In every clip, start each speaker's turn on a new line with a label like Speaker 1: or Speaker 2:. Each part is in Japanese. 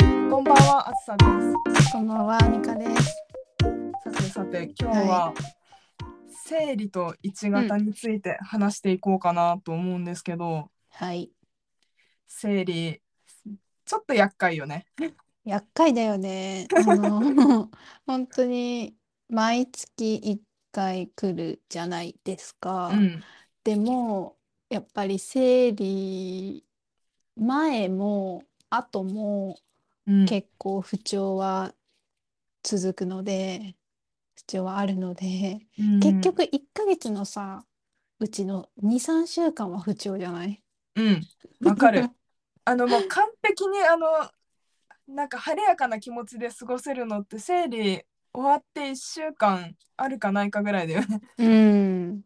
Speaker 1: は、あつさんです。
Speaker 2: こんばんは、ニカです。
Speaker 1: さてさて今日は、生理と1型について話していこうかなと思うんですけど、
Speaker 2: はい。
Speaker 1: 生理ちょっと厄介よね。
Speaker 2: 厄介だよね。あの、本当に毎月1回来るじゃないですか
Speaker 1: う。ん
Speaker 2: でも、やっぱり生理前も後も
Speaker 1: うん、
Speaker 2: 結構不調は続くので、不調はあるので、
Speaker 1: うん
Speaker 2: 結、局1ヶ月のさ、うちの2、3週間は不調じゃない
Speaker 1: うん、わかる。あのもう完璧にあのなんか晴れやかな気持ちで過ごせるのって生理終わって1週間あるかないかぐらいだよね。
Speaker 2: うん。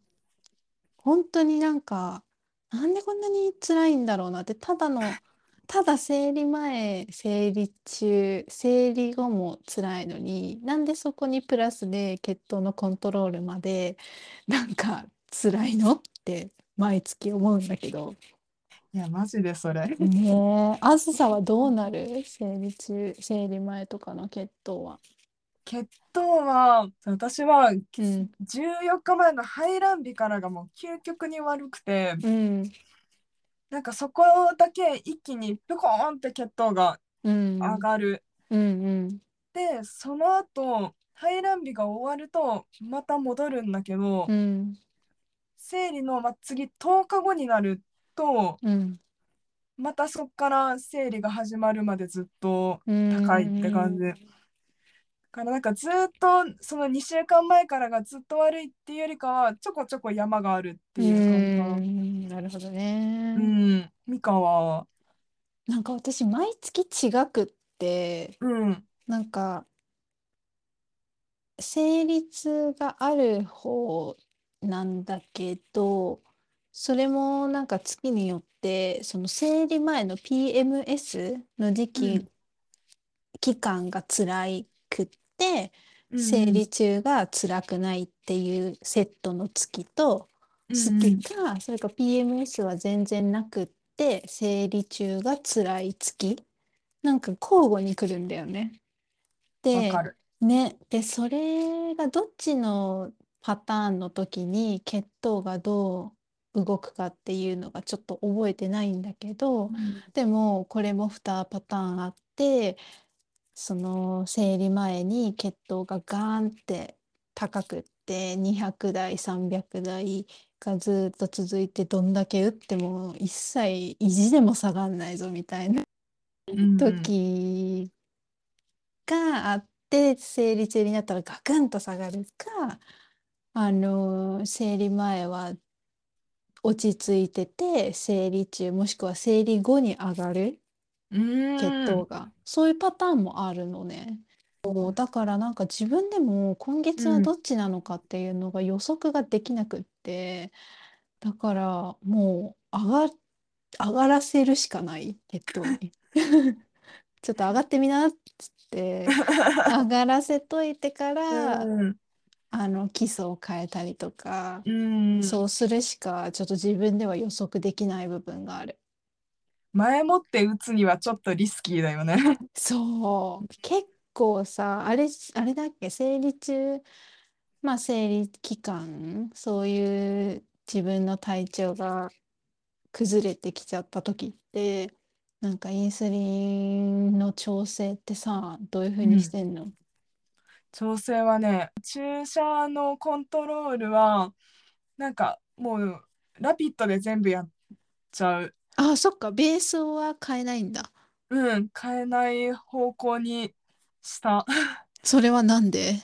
Speaker 2: 本当になんか、なんでこんなに辛いんだろうなって、ただの、ただ生理前、生理中、生理後も辛いのに、なんでそこにプラスで血糖のコントロールまで、なんか辛いのって毎月思うんだけど。
Speaker 1: いやマジでそれ。
Speaker 2: ねえ、あずさはどうなる生理中、生理前とかの血糖は。
Speaker 1: 血糖は私は
Speaker 2: うん、
Speaker 1: 14日前の排卵日からがもう究極に悪くて
Speaker 2: うん、
Speaker 1: なんかそこだけ一気にプコーンって血糖が
Speaker 2: うん、
Speaker 1: 上がる、
Speaker 2: うん、うん。
Speaker 1: でその後排卵日が終わるとまた戻るんだけど、
Speaker 2: うん、
Speaker 1: 生理の、まあ、次10日後になると
Speaker 2: うん、
Speaker 1: またそこから生理が始まるまでずっと
Speaker 2: うん、
Speaker 1: 高いって感じだからなんかずっとその2週間前からがずっと悪いっていうよりかはちょこちょこ山があるっていう感
Speaker 2: うー
Speaker 1: じか
Speaker 2: んなるほど
Speaker 1: な。う
Speaker 2: ね。
Speaker 1: ん、ミカは、
Speaker 2: なんか私毎月違くって
Speaker 1: うん、
Speaker 2: なんか生理痛がある方なんだけどそれもなんか月によってその生理前の PMS の時期、
Speaker 1: うん
Speaker 2: 期間が辛くって
Speaker 1: うん
Speaker 2: 生理中が辛くないっていうセットの月と。好きか、それか PMS は全然なくって、生理中が辛い月。なんか交互に来るんだよね。
Speaker 1: うんうん
Speaker 2: で
Speaker 1: わ、かる。
Speaker 2: ね、で、それがどっちのパターンの時に血糖がどう動くかっていうのがちょっと覚えてないんだけど、でもこれも2パターンあってその生理前に血糖がガーンって高くって200台300台がずっと続いてどんだけ打っても一切意地でも下がんないぞみたいな
Speaker 1: うん
Speaker 2: 時があって生理中になったらガクンと下がるかあの生理前は落ち着いてて生理中もしくは生理後に上がる。
Speaker 1: うん
Speaker 2: 血糖が、そういうパターンもあるのね。そうだからなんか自分でも今月は
Speaker 1: うん
Speaker 2: どっちなのかっていうのが予測ができなくって、だからもう上が、上がらせるしかない血糖に。 ちょっと上がってみなっつって上がらせといてから、
Speaker 1: うん
Speaker 2: あの基礎を変えたりとか、
Speaker 1: うん、
Speaker 2: そうするしかちょっと自分では予測できない部分がある。
Speaker 1: 前もって打つにはちょっとリスキーだよね。
Speaker 2: そう、結構さ、あれ、あれだっけ、生理中、まあ生理期間、そういう自分の体調が崩れてきちゃった時って、なんかインスリンの調整ってさ、どういう風
Speaker 1: うん
Speaker 2: にしてんの
Speaker 1: 調整はね注射のコントロールはなんかもうラピッドで全部やっちゃう。
Speaker 2: あ、そっか、ベースは変えないんだ。
Speaker 1: うん変えない方向にした。
Speaker 2: それはなんで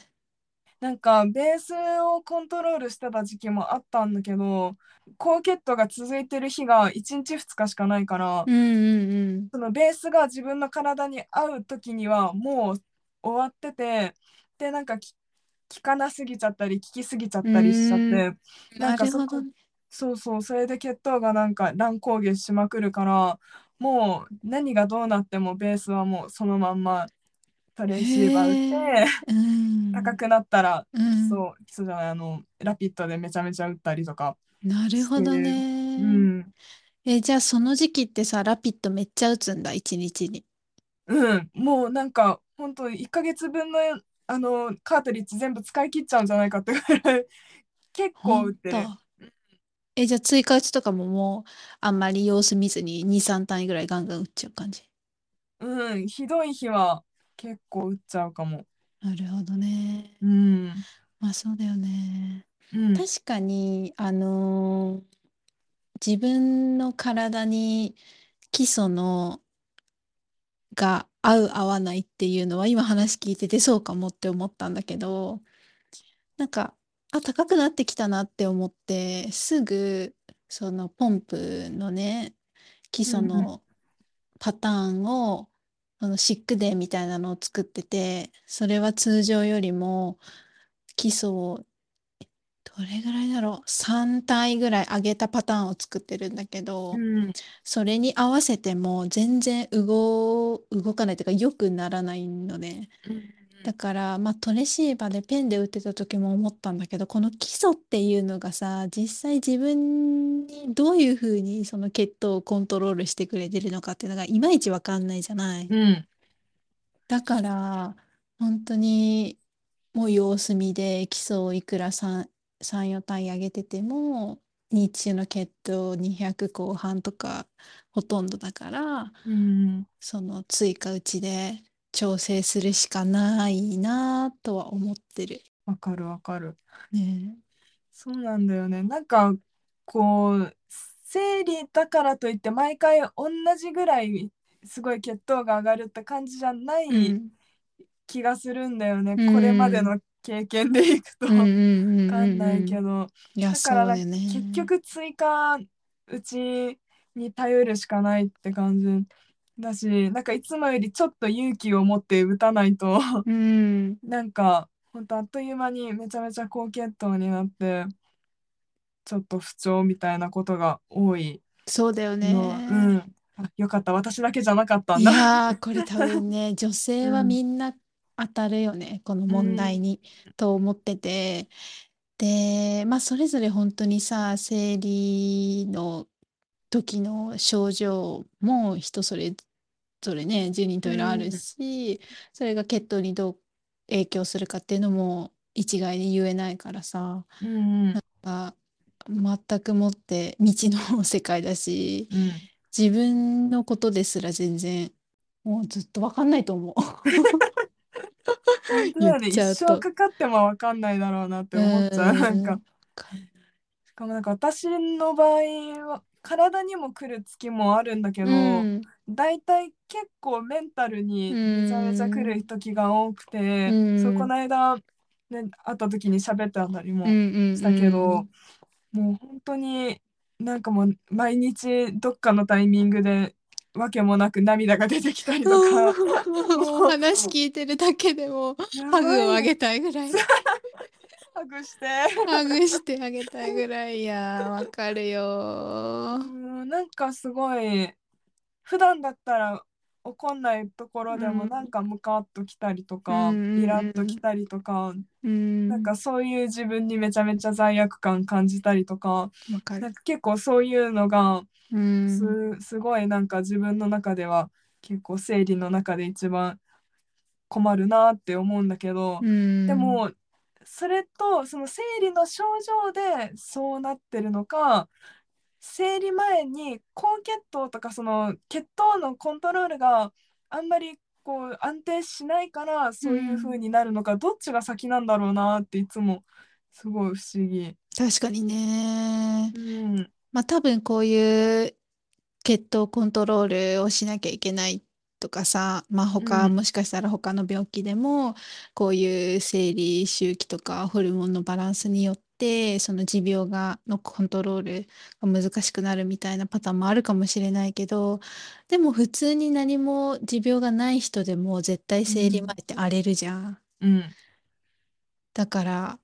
Speaker 1: なんかベースをコントロールしてた時期もあったんだけど高血糖が続いてる日が1日2日しかないから、
Speaker 2: うんうんうん。
Speaker 1: そのベースが自分の体に合う時にはもう終わっててでなんかき効かなすぎちゃったり効きすぎちゃったりしちゃっ
Speaker 2: う
Speaker 1: てなんか
Speaker 2: なる
Speaker 1: そ
Speaker 2: ほ
Speaker 1: こ
Speaker 2: どね。
Speaker 1: そうそうそれで血糖がなんか乱高下しまくるからもう何がどうなってもベースはもうそのまんまトレーシーバー打って
Speaker 2: うん。
Speaker 1: 高くなったら、
Speaker 2: うん
Speaker 1: そうそうじゃないあのラピッドでめちゃめちゃ打ったりとか。
Speaker 2: なるほど
Speaker 1: してるう
Speaker 2: ね。
Speaker 1: ん
Speaker 2: え、じゃあその時期ってさ、ラピッドめっちゃ打つんだ、一日に。
Speaker 1: うん、もうなんか本当1ヶ月分のあのカートリッジ全部使い切っちゃうんじゃないかってぐらい結構打って
Speaker 2: ほんとえ、じゃあ追加打ちとかももうあんまり様子見ずに2、3単位ぐらいガンガン打っちゃう感じ。
Speaker 1: うんひどい日は結構打っちゃうかも
Speaker 2: なるほどね。
Speaker 1: うん、
Speaker 2: まあそうだよね。
Speaker 1: うん、
Speaker 2: 確かに、あのー自分の体に基礎のが合う合わないっていうのは今話聞いててそうかもって思ったんだけどなんかあ高くなってきたなって思ってすぐそのポンプのね基礎
Speaker 1: うん
Speaker 2: のパターンをそのシックデーみたいなのを作っててそれは通常よりも基礎をどれぐらいだろう3体ぐらい上げたパターンを作ってるんだけど。
Speaker 1: うん
Speaker 2: それに合わせても全然動、動かないというか良くならないので、だから、まあ、トレシーバーでペンで打ってた時も思ったんだけどこの基礎っていうのがさ実際自分にどういうふうにその血糖をコントロールしてくれてるのかっていうのがいまいちわかんないじゃない。
Speaker 1: うん
Speaker 2: だから本当にもう様子見で基礎をいくら34単位上げてても日中の血糖200後半とかほとんどだから
Speaker 1: うん
Speaker 2: その追加打ちで調整するしかないなとは思ってる。
Speaker 1: わかるわかる
Speaker 2: ね
Speaker 1: そうなんだよねなんかこう生理だからといって毎回同じぐらいすごい血糖が上がるって感じじゃな
Speaker 2: え。う
Speaker 1: い
Speaker 2: ん
Speaker 1: 気がするんだよね、
Speaker 2: うん
Speaker 1: これまでの経験でいくと
Speaker 2: うんうん
Speaker 1: 分
Speaker 2: うんうん
Speaker 1: かんないけど、
Speaker 2: いや
Speaker 1: だから
Speaker 2: そうだよね。
Speaker 1: 結局追加うちに頼るしかないって感じだしなんかいつもよりちょっと勇気を持って打たないと
Speaker 2: うん
Speaker 1: なんかほんとあっという間にめちゃめちゃ高血糖になってちょっと不調みたいなことが多い
Speaker 2: そうだよ
Speaker 1: のは、
Speaker 2: ね。
Speaker 1: うん、あよかった私だけじゃなかったん
Speaker 2: い
Speaker 1: だ。
Speaker 2: やーこれ多 分ね女性は
Speaker 1: うん
Speaker 2: みんな当たるよねこの問題に、と思っててでまあそれぞれ本当にさ生理の時の症状も人それぞれね十人十色あるし、それが血糖にどう影響するかっていうのも一概に言えないからさ
Speaker 1: うんうん
Speaker 2: あ全くもって未知の世界だし。
Speaker 1: うん
Speaker 2: 自分のことですら全然もうずっと分かんないと思う。
Speaker 1: 本当だよね
Speaker 2: 言っちゃう
Speaker 1: 一生
Speaker 2: と
Speaker 1: かかっても分かんないだろうなって思っちゃうなんかしかもなんか私の場合は体にも来る月もあるんだけ
Speaker 2: う
Speaker 1: ど、
Speaker 2: ん
Speaker 1: だいたい結構メンタルにめちゃめちゃ来る時が多くて、
Speaker 2: うん
Speaker 1: そうこの間、ね、会った時に喋ってあたりも
Speaker 2: うんうん
Speaker 1: したけど、もう本当になんかもう毎日どっかのタイミングでわけもなく涙が出てきたりと か。
Speaker 2: うんもう話聞いてるだけでもハグをあげたいぐらい
Speaker 1: ハグして
Speaker 2: ハグしてあげたいぐらいいやーわかるよ
Speaker 1: うんなんかすごい普段だったら怒んないところでも
Speaker 2: うん
Speaker 1: なんかムカッときたりとか、
Speaker 2: うんうんうん
Speaker 1: イラッときたりとか、
Speaker 2: うん
Speaker 1: なんかそういう自分にめちゃめちゃ罪悪感感じたりとか
Speaker 2: わか
Speaker 1: な
Speaker 2: る
Speaker 1: んか結構そういうのが
Speaker 2: うん
Speaker 1: す,、すごいなんか自分の中では結構生理の中で一番困るなって思うんだけど、
Speaker 2: うん
Speaker 1: でもそれとその生理の症状でそうなってるのか生理前に高血糖とかその血糖のコントロールがあんまりこう安定しないからそういう風になるのか、どっちが先なんだろうなっていつもすごい不思議。
Speaker 2: 確かにね
Speaker 1: うん
Speaker 2: まあ多分こういう血糖コントロールをしなきゃいけないとかさ、まあ他、
Speaker 1: うん
Speaker 2: もしかしたら他の病気でもこういう生理周期とかホルモンのバランスによってその持病がのコントロールが難しくなるみたいなパターンもあるかもしれないけどでも普通に何も持病がない人でも絶対生理前って荒れるじゃん。
Speaker 1: うん
Speaker 2: だから、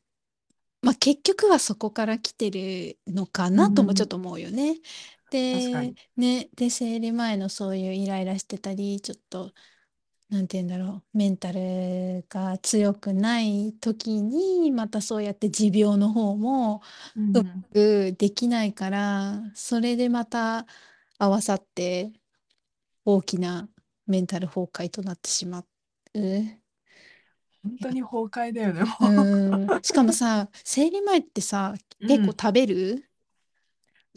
Speaker 2: まあ、結局はそこから来てるのかなともちょっと思うよね。
Speaker 1: 確か
Speaker 2: で
Speaker 1: に、
Speaker 2: ね、で、生理前のそういうイライラしてたり、ちょっと、なんて言うんだろう、メンタルが強くない時に、またそうやって持病の方も
Speaker 1: うんうん
Speaker 2: できないから、それでまた合わさって大きなメンタル崩壊となってしま う
Speaker 1: 本当に崩壊だよね。もう
Speaker 2: うんしかもさ生理前ってさ結構食べる、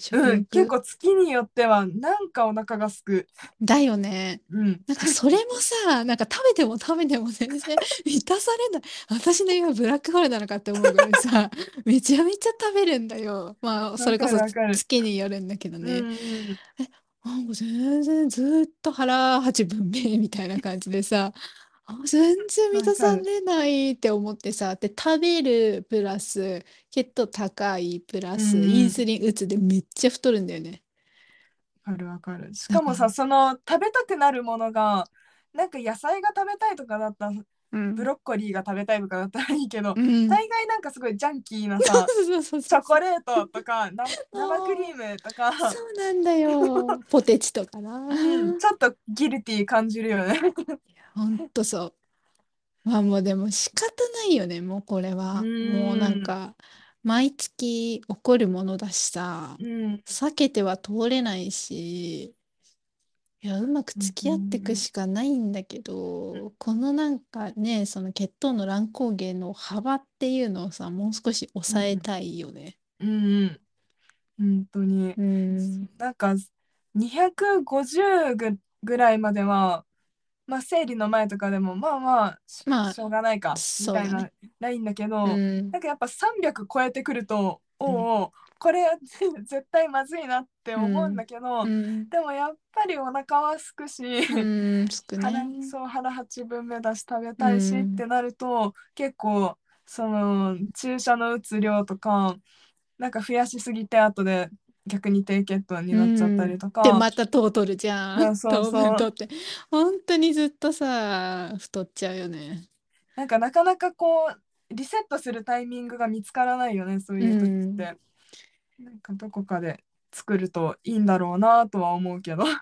Speaker 2: 食
Speaker 1: うん、
Speaker 2: 欲
Speaker 1: 結構月によってはなんかお腹がすく。
Speaker 2: だよね
Speaker 1: うん、
Speaker 2: なんか それもさなんか食べても食べても全然満たされない私の今ブラックホールなのかって思うぐらい さめちゃめちゃ食べるんだよまあそれこそ
Speaker 1: わかる
Speaker 2: 月によるんだけどね、
Speaker 1: うん
Speaker 2: なんか全然ずーっと腹八分目みたいな感じ でさ、あ、全然満たされないって思ってさ、で、食べるプラス、血糖高いプラス、
Speaker 1: うん
Speaker 2: インスリン打つでめっちゃ太るんだよね。
Speaker 1: わかるわかる。しかも
Speaker 2: な
Speaker 1: さ、
Speaker 2: ん
Speaker 1: その食べたくなるものが、なんか野菜が食べたいとかだったら、
Speaker 2: うん
Speaker 1: ブロッコリーが食べたいとかだったらいいけど、
Speaker 2: うん。
Speaker 1: 大概なんかすごいジャンキーな さ、
Speaker 2: そうそうそう
Speaker 1: チ
Speaker 2: そう
Speaker 1: ョコレートとか、な生クリームとか、
Speaker 2: そうなんだ よ。ポテチとかな。
Speaker 1: うんちょっとギルティー感じるよね。
Speaker 2: ほんとそう。まあもうでも仕方ないよね、もうこれは。もうなんか、毎月起こるものだしさ。
Speaker 1: うん、
Speaker 2: 避けては通れないし、いや、うまく付き合っていくしかないんだけど、このなんかね、その血糖の乱高下の幅っていうのをさ、もう少し抑えたいよね。
Speaker 1: うん、うん、本当に。
Speaker 2: うん。
Speaker 1: なんか250ぐぐらいまでは、まあ、生理の前とかでもまあまあし,、
Speaker 2: まあ
Speaker 1: ょうがないかみ
Speaker 2: そう
Speaker 1: た
Speaker 2: だ
Speaker 1: い
Speaker 2: ね
Speaker 1: なラインだけど、
Speaker 2: うん
Speaker 1: なんかやっぱ300超えてくると、
Speaker 2: ん
Speaker 1: おうおうこれ 絶対まずいなって思うんだけど、
Speaker 2: うん。
Speaker 1: でもやっぱりお腹はすくし、
Speaker 2: うん、少な
Speaker 1: 腹
Speaker 2: い。
Speaker 1: そう腹八分目だし食べたいし、
Speaker 2: うん
Speaker 1: ってなると結構その注射の打つ量とかなんか増やしすぎて後で逆に低血糖になっちゃったりとか、
Speaker 2: で、また糖取るじゃん。
Speaker 1: うんそうそう
Speaker 2: 糖分取って。本当にずっとさ、太っちゃうよね。
Speaker 1: なんかなかなかこうリセットするタイミングが見つからないよねそういう時って、なんかどこかで作るといいんだろうなとは思うけど
Speaker 2: わ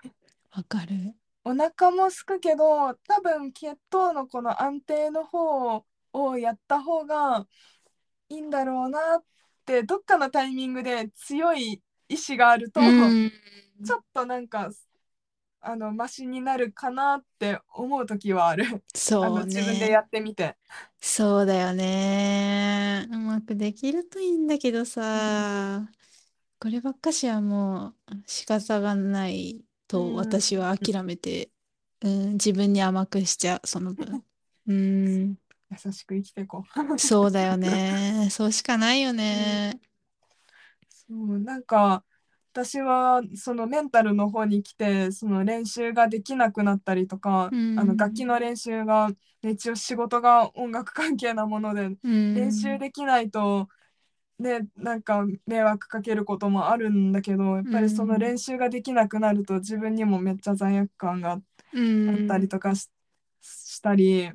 Speaker 2: かる。
Speaker 1: お腹もすくけど多分血糖のこの安定の方をやった方がいいんだろうなってどっかのタイミングで強い意志があると、
Speaker 2: うん
Speaker 1: ちょっとなんかあのマシになるかなって思う時はあるあ
Speaker 2: そ
Speaker 1: の
Speaker 2: う
Speaker 1: 自分
Speaker 2: ね。
Speaker 1: でやってみて。
Speaker 2: そうだよね。うまくできるといいんだけどさ、こればっかしはもう仕方がないと
Speaker 1: うん
Speaker 2: 私は諦めて、うん、自分に甘くしちゃう、そ の分。うん、
Speaker 1: 優しく生きていこう。
Speaker 2: そうだよね。そうしかないよね。
Speaker 1: そうなんか私はそのメンタルの方に来てその練習ができなくなったりとか、
Speaker 2: うん
Speaker 1: あの楽器の練習が一応仕事が音楽関係なもので
Speaker 2: うん、
Speaker 1: 練習できないと、ねなんか迷惑かけることもあるんだけどやっぱりその練習ができなくなると自分にもめっちゃ罪悪感があっ
Speaker 2: うん、
Speaker 1: たりとかし,、たり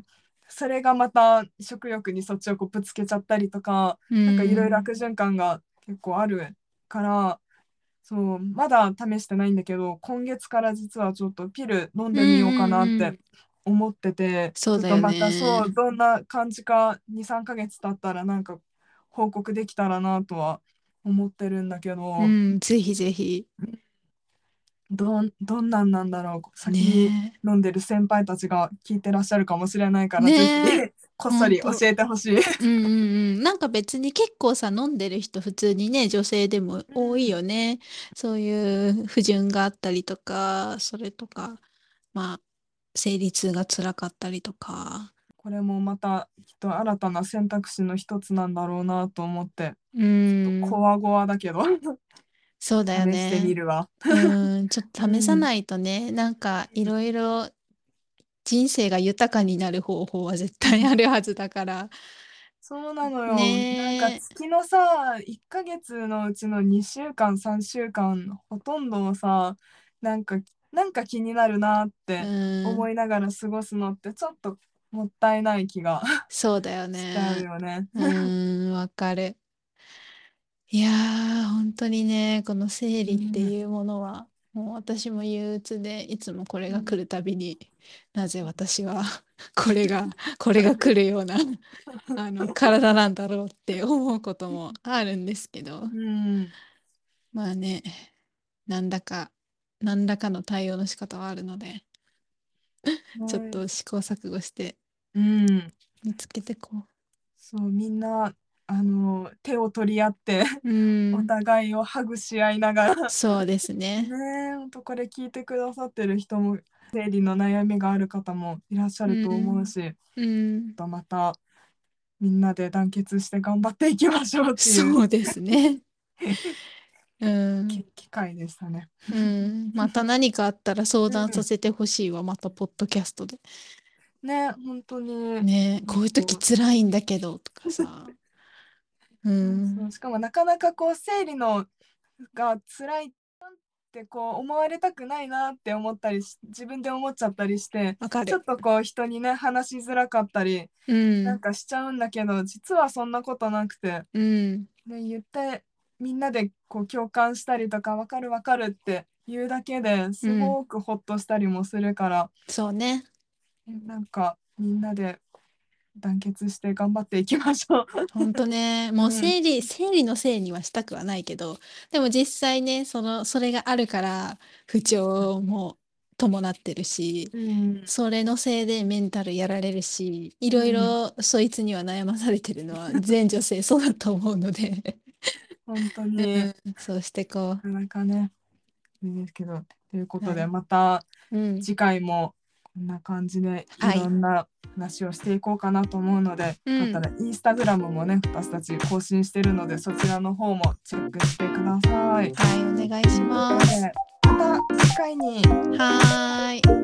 Speaker 1: それがまた食欲にそっちをこうぶつけちゃったりとか。なんかいろいろ悪循環が結構あるから、そう、まだ試してないんだけど、今月から実はちょっとピル飲んでみようかなっ
Speaker 2: うんうんうん
Speaker 1: て思ってて、
Speaker 2: そうだよね
Speaker 1: ちょっとまたそう、どんな感じか2、3ヶ月経ったらなんか報告できたらなとは思ってるんだけど、
Speaker 2: うん、ぜひぜひ。
Speaker 1: どんどんなんなんだろう、先に
Speaker 2: ね
Speaker 1: 飲んでる先輩たちが聞いてらっしゃるかもしれないから、
Speaker 2: ね
Speaker 1: ぜひこっそり
Speaker 2: ほ
Speaker 1: 教
Speaker 2: んと
Speaker 1: えてほしい。
Speaker 2: うんうんうん、なんか別に結構さ飲んでる人普通にね女性でも多いよね、そういう不順があったりとかそれとかまあ生理痛が辛かったりとか
Speaker 1: これもまたきっと新たな選択肢の一つなんだろうなと思って、
Speaker 2: うん
Speaker 1: こわごわだけど、
Speaker 2: そう
Speaker 1: 試
Speaker 2: だよ
Speaker 1: してみ
Speaker 2: ね
Speaker 1: るわ。
Speaker 2: うんちょっと試さ
Speaker 1: うん
Speaker 2: ないとね、なんかいろいろ人生が豊かになる方法は絶対あるはずだから
Speaker 1: そうなのよ。
Speaker 2: ねえ
Speaker 1: なんか月のさ、1ヶ月のうちの2週間、3週間、ほとんどをさ、なんか、なんか気になるなっ
Speaker 2: う
Speaker 1: て
Speaker 2: ん
Speaker 1: 思いながら過ごすのって、ちょっともったいない気が
Speaker 2: そうだよ
Speaker 1: し
Speaker 2: ね
Speaker 1: ちゃうよね。
Speaker 2: うーん、わかる。いやー、本当にね、この生理っていうものは、もう私も憂鬱で、いつもこれが来るたびに、なぜ私は これが、これが来る ような、あの、体なんだろうって思うこともあるんですけど、
Speaker 1: うん、
Speaker 2: まあね、なんだか、何らかの対応の仕方はあるので、ちょっと試行錯誤して
Speaker 1: うん、
Speaker 2: 見つけてこ
Speaker 1: そうみんなあの手を取り合って
Speaker 2: う。うん
Speaker 1: お互いをハグし合いながら、
Speaker 2: そうですね。
Speaker 1: ねえほんとこれ聞いてくださってる人も生理の悩みがある方もいらっしゃると思うし、
Speaker 2: うん。
Speaker 1: とまたみんなで団結して頑張っていきましょうっていう
Speaker 2: そうですね。 うん。
Speaker 1: き機会でしたね。
Speaker 2: うん。また何かあったら相談させてほしいわ。またポッドキャストで。
Speaker 1: ね本当に、
Speaker 2: ねこういう時辛いんだけどとかさ。う
Speaker 1: そ
Speaker 2: ん。
Speaker 1: うしかもなかなかこう生理のが辛いってこう思われたくないなって思ったりし自分で思っちゃったりして。
Speaker 2: わか
Speaker 1: ちょっ
Speaker 2: る。
Speaker 1: とこう人にね話しづらかったり
Speaker 2: うん
Speaker 1: なん。かしちゃうんだけど、実はそんなことなくて、
Speaker 2: うん。
Speaker 1: ね、言ってみんなでこう共感したりとか分かる分かるって言うだけですごくホッとしたりもするから、
Speaker 2: そうね。
Speaker 1: なんかみんなで団結して頑張っていきましょう。
Speaker 2: 本当ね、も
Speaker 1: ん
Speaker 2: う生理、生理のせいにはしたくはないけど、でも実際ね、その、それがあるから不調も伴ってるし、
Speaker 1: うん
Speaker 2: それのせいでメンタルやられるし、いろいろそいつには悩まされてる のは全女性そうだと思うので、
Speaker 1: 本当
Speaker 2: う
Speaker 1: になん
Speaker 2: そうしてこ
Speaker 1: かなかねいいですけどということ
Speaker 2: は
Speaker 1: で
Speaker 2: い
Speaker 1: また
Speaker 2: う。うん。
Speaker 1: 次回もこんな感じで
Speaker 2: はい
Speaker 1: いろんな話をしていこうかなと思うので、
Speaker 2: うん
Speaker 1: よかったらインスタグラムもね私たち更新してるのでそちらの方もチェックしてください。
Speaker 2: はい、お願いします。
Speaker 1: また次回に
Speaker 2: はーい。